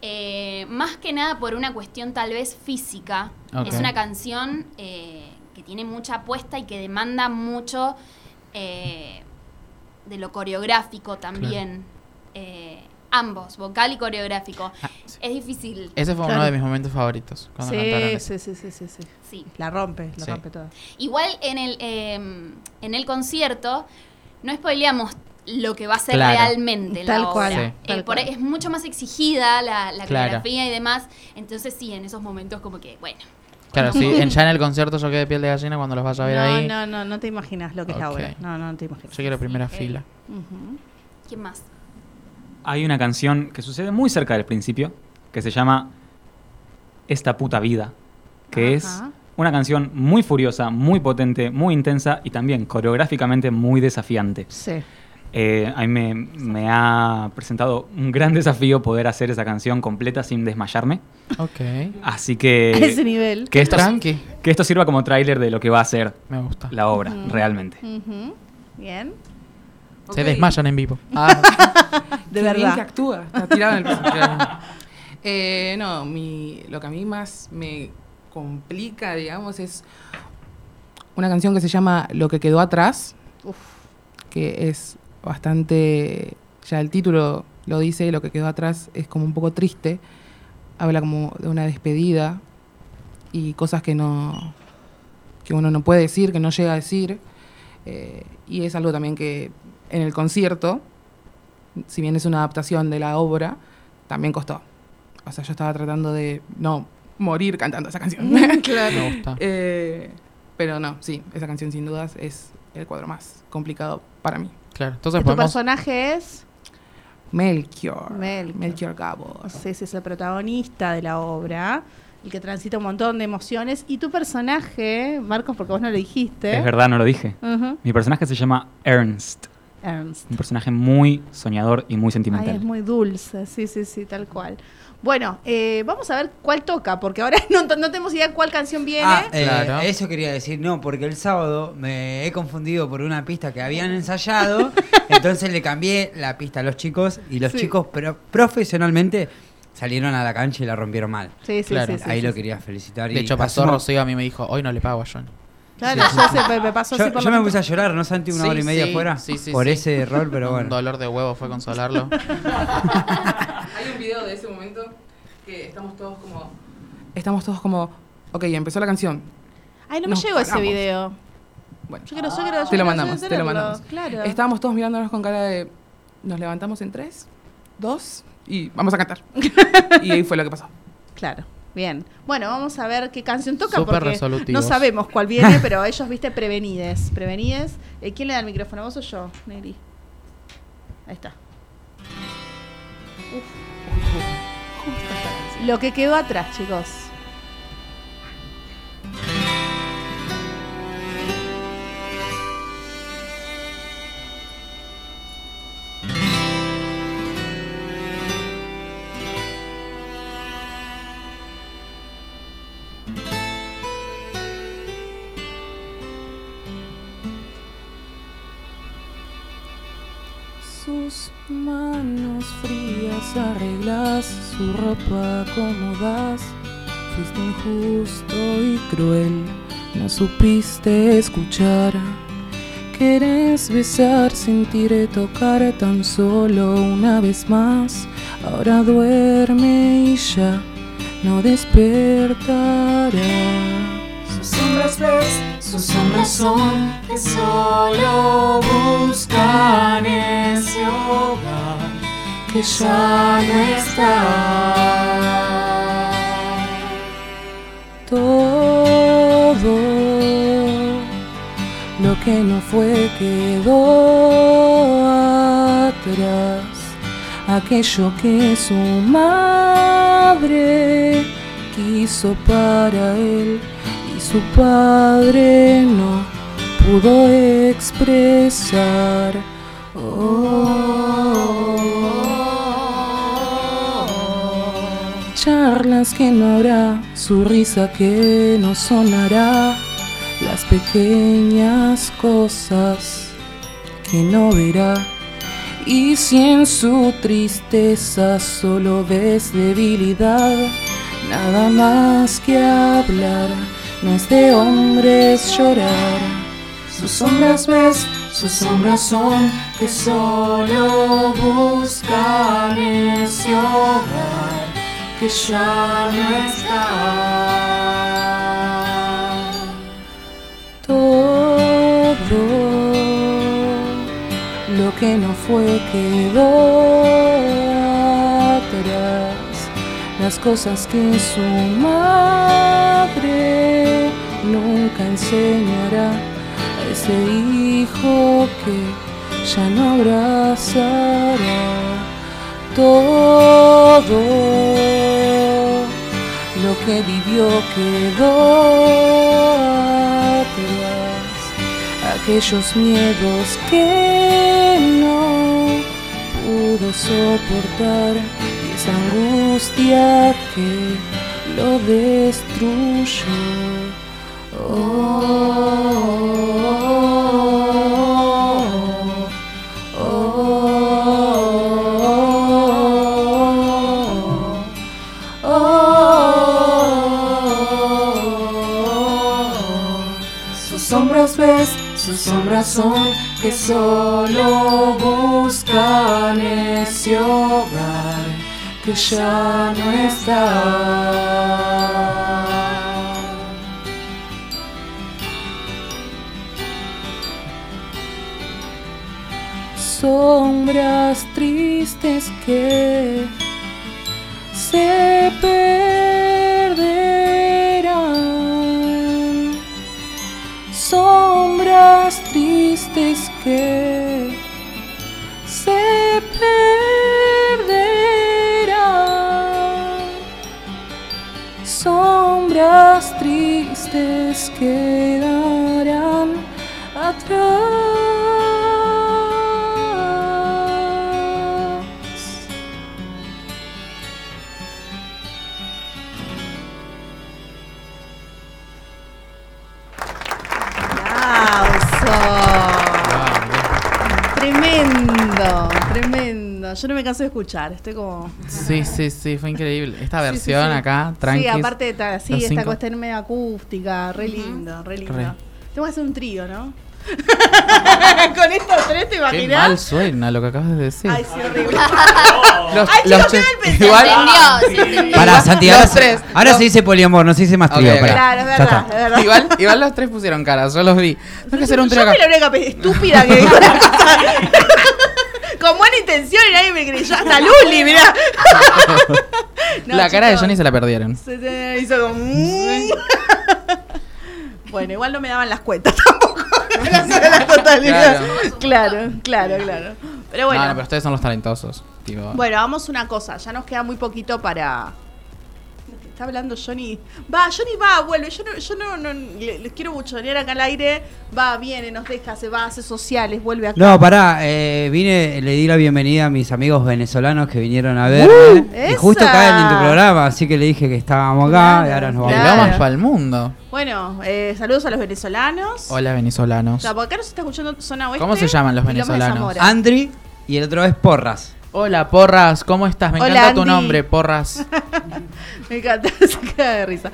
S4: eh, más que nada por una cuestión tal vez física.
S3: Ok.
S4: Es una canción eh, que tiene mucha apuesta y que demanda mucho eh, de lo coreográfico también. Eh, ambos, vocal y coreográfico.
S3: Ah, sí.
S4: Es difícil,
S3: Ese fue
S2: Claro.
S3: uno de mis momentos favoritos. Cuando cantaron
S2: Sí,
S3: ese.
S2: sí, sí, sí, sí, sí.
S4: sí.
S2: La rompe, la
S3: Sí.
S2: rompe toda.
S4: Igual en el, eh, en el concierto no spoileamos lo que va a ser
S3: Claro.
S4: realmente la
S2: Tal
S4: obra.
S2: cual,
S3: Sí.
S4: Eh,
S2: tal
S4: por ahí
S2: cual.
S4: es mucho más exigida la, la
S3: Claro.
S4: coreografía y demás. Entonces sí, en esos momentos como que, bueno,
S3: Claro, sí. En, ya en el concierto yo quedé piel de gallina cuando los vaya a ver
S2: no,
S3: ahí.
S2: no, no, no te imaginas lo que
S3: Ok.
S2: es la obra. No, no, no te imaginas. eh,
S3: Yo quiero primera fila.
S2: Ujú.
S4: ¿quién más?
S6: Hay una canción que sucede muy cerca del principio, que se llama Esta puta vida, que es
S2: Ajá.
S6: una canción muy furiosa, muy potente, muy intensa y también coreográficamente muy desafiante.
S2: Sí.
S6: Eh, a mí me, me ha presentado un gran desafío poder hacer esa canción completa sin desmayarme.
S3: Ok.
S6: Así
S2: A ese
S6: que
S2: nivel.
S6: que esto,
S3: Tranqui.
S6: que esto sirva como tráiler de lo que va a ser
S3: Me gusta.
S6: la obra, realmente.
S2: Mm. Ujú. Bien.
S3: Se
S11: Ok.
S3: desmayan en vivo.
S2: De
S11: Qué bien que
S2: verdad.
S11: actúa. Está tirado en el piso. Eh, no, mi, lo que a mí más me complica, digamos, es una canción que se llama Lo que quedó atrás,
S2: Uf.
S11: que es bastante, ya el título lo dice, y lo que quedó atrás es como un poco triste, habla como de una despedida y cosas que no que uno no puede decir, que no llega a decir, eh, y es algo también que en el concierto, si bien es una adaptación de la obra, también costó. O sea, yo estaba tratando de no morir cantando esa canción.
S2: Mm,
S3: Mm, Me gusta.
S11: Eh, pero no, sí, esa canción sin dudas es el cuadro más complicado para mí.
S3: Claro.
S2: Que
S3: Entonces
S2: tu
S3: podemos.
S2: Este personaje es.
S11: Melchior.
S2: Melchior.
S11: Gabos.
S2: Sí, sí, es el protagonista de la obra, el que transita un montón de emociones. Y tu personaje, Marcos, porque vos no lo dijiste.
S6: Es verdad, no lo dije.
S2: ¿Eh? Ujú,
S6: Mi personaje se llama Ernst.
S2: Ernst.
S6: Un personaje muy soñador y muy
S2: Ay,
S6: sentimental.
S2: es muy dulce, sí, sí, sí, tal cual. Bueno, eh, vamos a ver cuál toca, porque ahora no, no tenemos idea cuál canción viene.
S3: Ah,
S7: Eh,
S3: Claro.
S7: Eso quería decir, no, porque el sábado me he confundido por una pista que habían ensayado, entonces le cambié la pista a los chicos y los
S2: Sí.
S7: chicos pro- profesionalmente salieron a la cancha y la rompieron mal.
S2: sí, sí,
S3: claro,
S2: sí, sí,
S7: Ahí
S2: sí,
S7: lo
S2: sí.
S7: quería felicitar. y
S3: De hecho, pasó
S7: asumo-
S3: Rocío a mí me dijo, hoy no le pago a John.
S2: Claro,
S7: Sí, sí,
S2: yo sé, me- me pasó
S7: Yo,
S2: así por
S7: yo
S2: la
S7: me puse a llorar, ¿no, Santi? Una
S3: Sí,
S7: hora y media
S3: sí,
S7: afuera.
S3: sí, sí,
S7: por
S3: sí.
S7: ese error, pero
S3: Un
S7: bueno.
S3: dolor de huevo fue consolarlo.
S11: Hay un video de ese momento que estamos todos como. Estamos todos como. Ok, empezó la canción.
S2: Ay, no me
S11: Nos
S2: llegó ese
S11: paramos.
S2: video.
S11: Bueno,
S2: Yo quiero, yo quiero, yo
S11: te
S2: quiero,
S11: lo
S2: yo
S11: mandamos,
S2: quiero
S11: te lo
S2: hacerlo,
S11: mandamos.
S2: Claro.
S11: Estábamos todos mirándonos con cara de. Nos levantamos en tres, dos y vamos a cantar. y ahí fue lo que pasó.
S2: Claro, bien. Bueno, vamos a ver qué canción toca
S3: Súper
S2: porque
S3: resolutivos.
S2: no sabemos cuál viene, pero ellos, viste, prevenides. Prevenides. Eh, ¿Quién le da el micrófono? ¿Vos o yo, Negri? Ahí está. Uf. Lo que quedó atrás, chicos.
S11: Sus manos frías arreglas, su ropa acomodas. Fuiste injusto y cruel, no supiste escuchar. Querés besar, sentir, y tocar tan solo una vez más. Ahora duerme y ya no despertará.
S10: Sus sombras ves, sus sombras son que
S11: oh,
S10: solo buscan ese hogar que ya no está.
S11: todo lo que no fue quedó atrás, aquello que su madre quiso para él y su padre no pudo expresar. Oh. Charlas que no habrá, su risa que no sonará, las pequeñas cosas que no verá. Y si en su tristeza solo ves debilidad, nada más que hablar, no es de hombres llorar. Sus sombras ves, sus sombras son que solo buscan ese hogar que ya no está. Todo lo que no fue quedó atrás, las cosas que su madre nunca enseñará a ese hijo que ya no abrazará todo lo que vivió quedó atrás, aquellos miedos que no pudo soportar y esa angustia que lo destruyó. Oh, oh, oh, oh. Sus sombras ves, sus sombras son que solo buscan ese hogar que ya no está. Sombras tristes que se perderán. Sombras tristes que se perderán. Sombras tristes quedarán atrás.
S2: ¡Ah, Tremendo, tremendo. Yo no me canso de escuchar, estoy como.
S3: Sí, sí, sí, fue increíble. Esta versión
S2: sí.
S3: acá, tranqui.
S2: Sí, aparte de ta- sí,
S3: los
S2: esta
S3: cinco.
S2: cuestión medio acústica, re lindo, re lindo.
S3: Re.
S2: Tengo que hacer un trío, ¿no? Con estos tres
S3: Qué
S2: te imaginas.
S3: mal suena lo que acabas de decir.
S2: Ay, sí, horrible.
S3: Los-
S2: Ay,
S3: los
S2: chicos,
S3: che-
S2: queda el pensamiento.
S3: igual-
S12: Entendió, sí, entendió.
S7: Pará, Santi, ahora,
S3: Los tres.
S7: ahora
S3: Los-
S7: se dice poliamor, no se dice más
S3: Ok,
S7: trío.
S3: ok.
S7: pará.
S2: Claro, es
S7: Ya
S2: verdad, es
S7: está.
S2: verdad.
S3: Igual, igual los tres pusieron cara, yo los vi. Tengo que hacer un trío
S2: Yo
S3: acá.
S2: fui la única pe- estúpida que dijo la cosa. Con buena intención y nadie me creyó. Hasta Luli, mirá. No,
S3: la cara de
S2: chicos.
S3: Johnny se la perdieron.
S2: Se te hizo como. "Mm". bueno, igual no me daban las cuentas tampoco. Gracias a la totalidad. Claro, claro, claro. Pero bueno.
S3: No, no, pero ustedes son los talentosos. Tipo,
S2: Bueno, vamos una cosa, ya nos queda muy poquito para. Está hablando Johnny. Va, Johnny va, vuelve. Yo no, yo no, no- le- les quiero buchonear acá al aire. Va, viene, nos deja, se va, hace sociales, vuelve acá.
S7: No, pará, eh, vine, le di la bienvenida a mis amigos venezolanos que vinieron a verme. y justo
S2: Uh, ¡Esa!
S7: caen en tu programa, así que le dije que estábamos acá y ahora nos vamos.
S3: el
S2: Claro.
S3: Lomas para el mundo.
S2: Bueno, eh, saludos a los venezolanos.
S3: Hola, venezolanos.
S2: Ya, porque acá nos está escuchando zona oeste.
S3: ¿Cómo se llaman los
S2: y Lomas de
S3: venezolanos?
S2: Zamora.
S7: Andri y el otro es Porras.
S3: Hola, porras, ¿cómo estás? Me
S2: Hola,
S3: encanta tu
S2: Andy.
S3: nombre, porras.
S2: Me encanta, se cae de risa.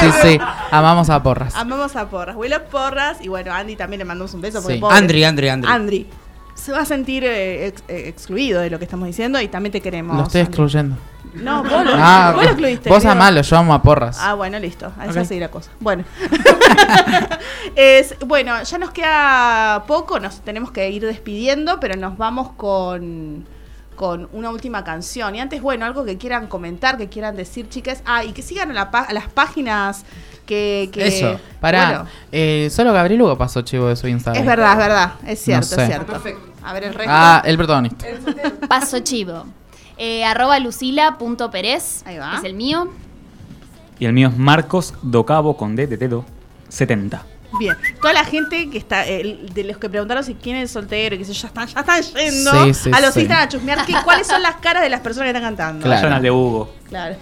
S3: Sí, sí, amamos a porras.
S2: Amamos a Porras. Huele a Porras. Y bueno, Andy también le mandamos un beso. Porque
S3: Sí.
S2: pobre.
S7: Andri, Andri, Andri.
S2: Andri. Se va a sentir eh, ex- eh, excluido de lo que estamos diciendo y también te queremos.
S3: Lo estoy excluyendo. Ah,
S2: Andri. No, vos lo, vos lo excluiste.
S3: vos
S2: creo.
S3: amalo, yo amo a porras.
S2: Ah, bueno, listo. Ahí
S3: Ok.
S2: ya sigue la cosa. Bueno. es, bueno, ya nos queda poco, nos tenemos que ir despidiendo, pero nos vamos con, con una última canción. Y antes, bueno, algo que quieran comentar, que quieran decir, chicas. Ah, y que sigan a, la pa- a las páginas que... que-
S3: Eso, pará.
S2: bueno,
S3: Eh, solo Gabriel Hugo pasó chivo de su Instagram.
S2: es verdad, es verdad. Es cierto,
S3: sé.
S2: es cierto. A ver, el resto.
S3: Ah, el protagonista.
S4: Paso chivo. Eh, arroba lucila.perez.
S2: Ahí va.
S4: Es el mío.
S6: Y el mío es Marcos Docabo con D de dedo 70.
S2: Bien, toda la gente que está, el- de los que preguntaron si quién es el soltero y que se, ya están, ya están yendo
S3: Sí, sí,
S2: a los
S3: sí.
S2: Instagram a chusmear que- cuáles son las caras de las personas que están cantando.
S3: Claro.
S6: Vayan al de Hugo.
S2: Claro.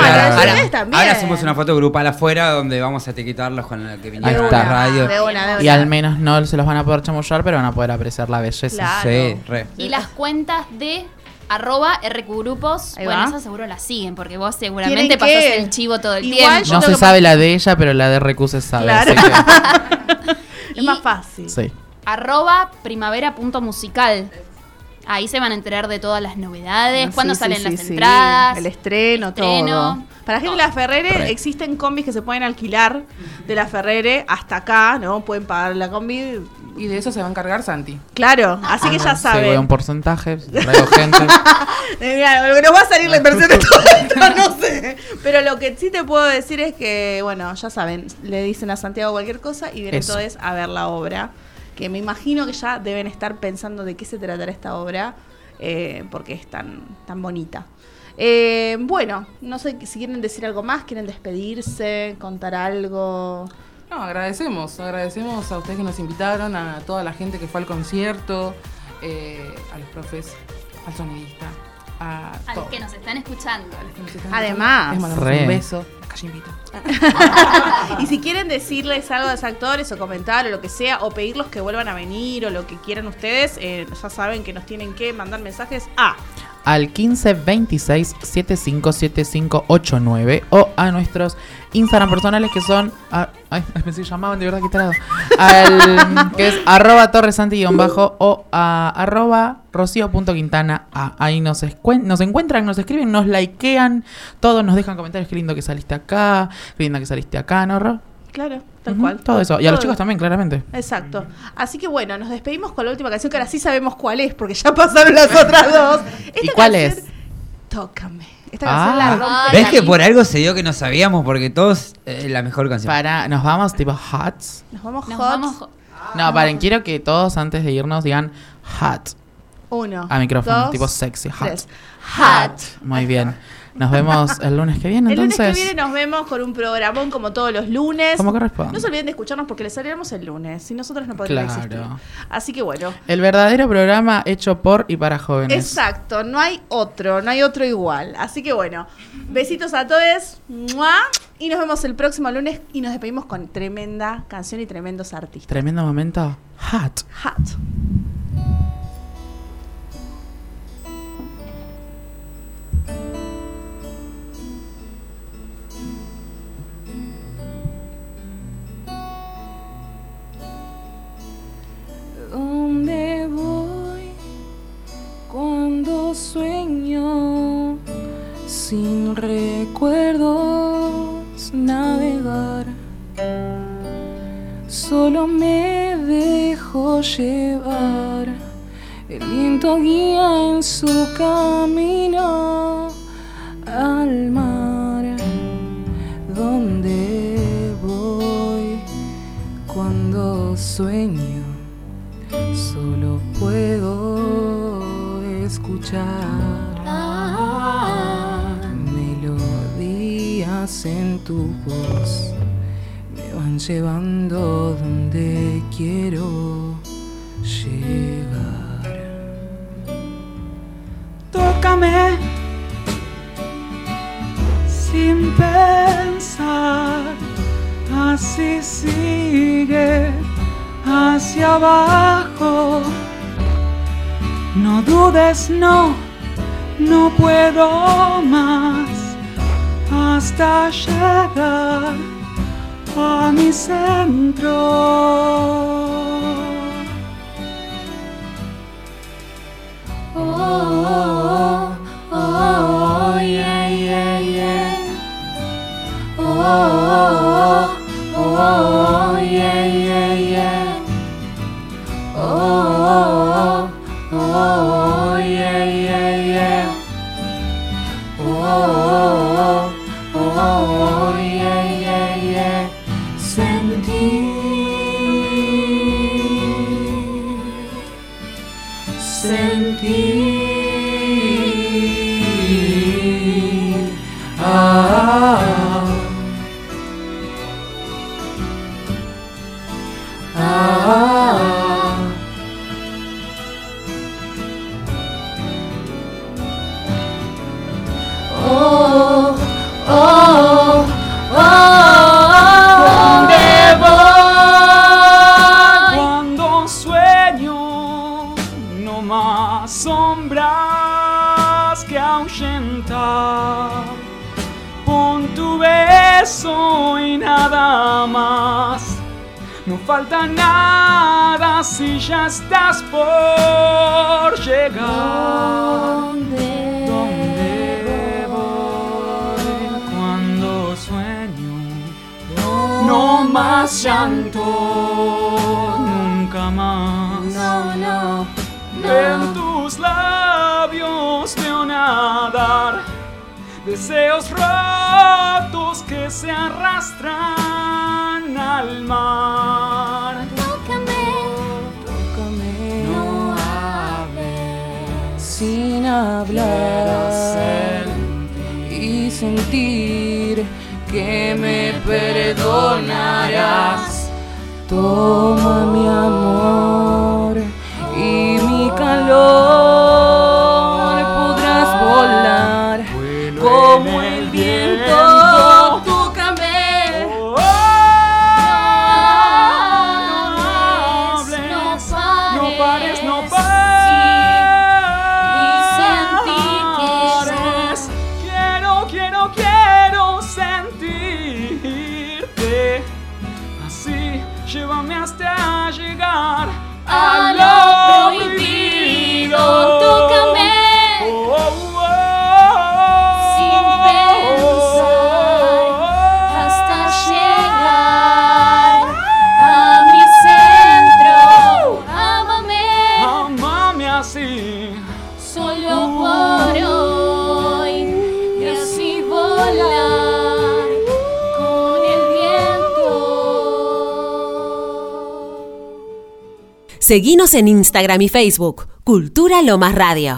S3: Bueno,
S2: a los
S3: ahora-
S2: ustedes también.
S7: ahora hacemos una foto grupal afuera donde vamos a etiquetarlos con el que
S3: Ahí
S7: vinieron a
S3: está.
S7: la radio.
S2: De una, de una.
S3: Y al menos no se los van a poder chamullar, pero van a poder apreciar la belleza.
S2: Claro.
S7: Sí, re.
S4: Y las cuentas de arroba rqgrupos.
S2: Ahí
S4: Bueno,
S2: va.
S4: esas seguro las siguen porque vos
S2: Tienen
S4: seguramente pasás
S2: que.
S4: el chivo todo el
S2: Igual
S4: tiempo.
S2: yo
S3: No
S2: tengo
S3: se
S2: que-
S3: sabe la de ella, pero la de Recu se sabe.
S2: Claro.
S3: así
S2: Es más fácil.
S3: que- sí.
S4: arroba primavera.musical. Ahí se van a enterar de todas las novedades,
S2: Sí,
S4: cuándo
S2: sí,
S4: salen
S2: sí,
S4: las
S2: sí.
S4: entradas.
S2: El estreno,
S4: estreno,
S2: todo. Para la gente de la Ferrere
S3: Re.
S2: existen combis que se pueden alquilar de la Ferrere hasta acá, ¿no? Pueden pagar la combi.
S11: Y de eso se va a encargar Santi.
S2: Claro, así que ya
S3: Sí, Ah, voy a
S2: saben.
S3: un porcentaje, traigo gente.
S2: Eh, Mira, lo que nos va a salir la inversión de todo esto, no sé. Pero lo que sí te puedo decir es que, bueno, ya saben, le dicen a Santiago cualquier cosa y vienen
S3: Eso.
S2: todos a ver la obra. Que me imagino que ya deben estar pensando de qué se tratará esta obra, eh, porque es tan, tan bonita. Eh, bueno, no sé si quieren decir algo más, quieren despedirse, contar algo.
S11: No, agradecemos, agradecemos a ustedes que nos invitaron, a toda la gente que fue al concierto, eh, a los profes, al sonidista, a,
S4: A los
S11: todos.
S4: que nos están escuchando.
S11: A los que nos están
S2: Además.
S11: escuchando. Les mandamos
S3: Re.
S11: un beso. Acá yo invito.
S2: Y si quieren decirles algo a los actores o comentar o lo que sea, o pedirlos que vuelvan a venir o lo que quieran ustedes, eh, ya saben que nos tienen que mandar mensajes a
S3: al 1526 757589 o a nuestros Instagram personales que son. ah, ay, pensé que llamaban de verdad que tarado. Al, que es arroba torresanti-bajo o a arroba rocío.quintana. Ah, ahí nos, escuen- nos encuentran, nos escriben, nos likean, todos nos dejan comentarios. Qué lindo que saliste acá, qué lindo que saliste acá, ¿no, Ro?
S2: Claro, tal
S3: Ujú,
S2: cual.
S3: Todo eso. Y a los
S2: Todo.
S3: chicos también, claramente.
S2: Exacto. Así que bueno, nos despedimos con la última canción que ahora sí sabemos cuál es, porque ya pasaron las otras dos.
S3: ¿Y cuál es?
S2: Tócame. Esta
S3: Ah.
S2: canción la rompe.
S4: Ah,
S7: ¿Ves
S4: la
S7: que
S4: vi.
S7: por algo se dio que no sabíamos? Porque todos eh, la mejor canción.
S3: Para, nos vamos tipo hats.
S2: Nos vamos
S4: Nos
S2: hot.
S4: vamos jo-
S2: Ah.
S3: No, paren, quiero que todos antes de irnos digan hot
S2: Uno.
S3: a micrófono,
S2: dos,
S3: tipo sexy, hot.
S2: tres. Hot.
S3: Muy bien. Nos vemos el lunes que viene,
S2: El lunes
S3: entonces.
S2: que viene nos vemos con un programón como todos los lunes.
S3: Como corresponde.
S2: No se olviden de escucharnos porque les saliremos el lunes. Si nosotros no podemos
S3: Claro.
S2: existir. Así que bueno.
S3: El verdadero programa hecho por y para jóvenes.
S2: Exacto, no hay otro, no hay otro igual. Así que bueno, besitos a todos. ¡mua! Y nos vemos el próximo lunes y nos despedimos con tremenda canción y tremendos artistas.
S3: Tremendo momento. Hot.
S2: Hot.
S11: ¿Dónde voy cuando sueño sin recuerdos navegar? Solo me dejo llevar, el viento guía en su camino al mar. ¿Dónde voy cuando sueño? solo puedo escuchar melodías en tu voz. Me van llevando donde quiero llegar. Tócame sin pensar, así sigue hacia abajo. No dudes, no, no puedo más hasta llegar a mi centro. Oh, oh, oh, oh, yeah, yeah, yeah. Oh, oh, oh, oh, oh, yeah, yeah, yeah. Oh, oh, oh, oh, oh, yeah, yeah, yeah. Oh, oh, oh, oh, oh, yeah, yeah, yeah. Sentir, sentir. Ah, ah, ah. Oh, oh, oh, oh, oh. ¿Dónde voy?
S8: Cuando sueño, no más sombras que ahuyentar. Pon tu beso y nada más. No falta nada si ya estás por llegar. ¿Dónde voy cuando sueño? No más llanto, nunca más. No, no, En tus labios veo nadar deseos rotos que se arrastran al mar.
S11: No hables sin hablar y sentir que me perdonarás. Toma mi amor y mi calor, podrás volar como el viento. Tócame.
S8: Oh,
S11: No hables, no pares,
S8: no pares, no
S11: sí,
S8: pares.
S11: y sentir
S8: Sí, llévame hasta llegar
S10: A lo prohibido, tócame
S8: Oh, oh, oh.
S10: sin pensar hasta llegar a mi centro. Ámame
S8: Amame así.
S10: solo por hoy y así volar con el viento.
S13: Seguinos en Instagram y Facebook. Cultura Lomas Radio.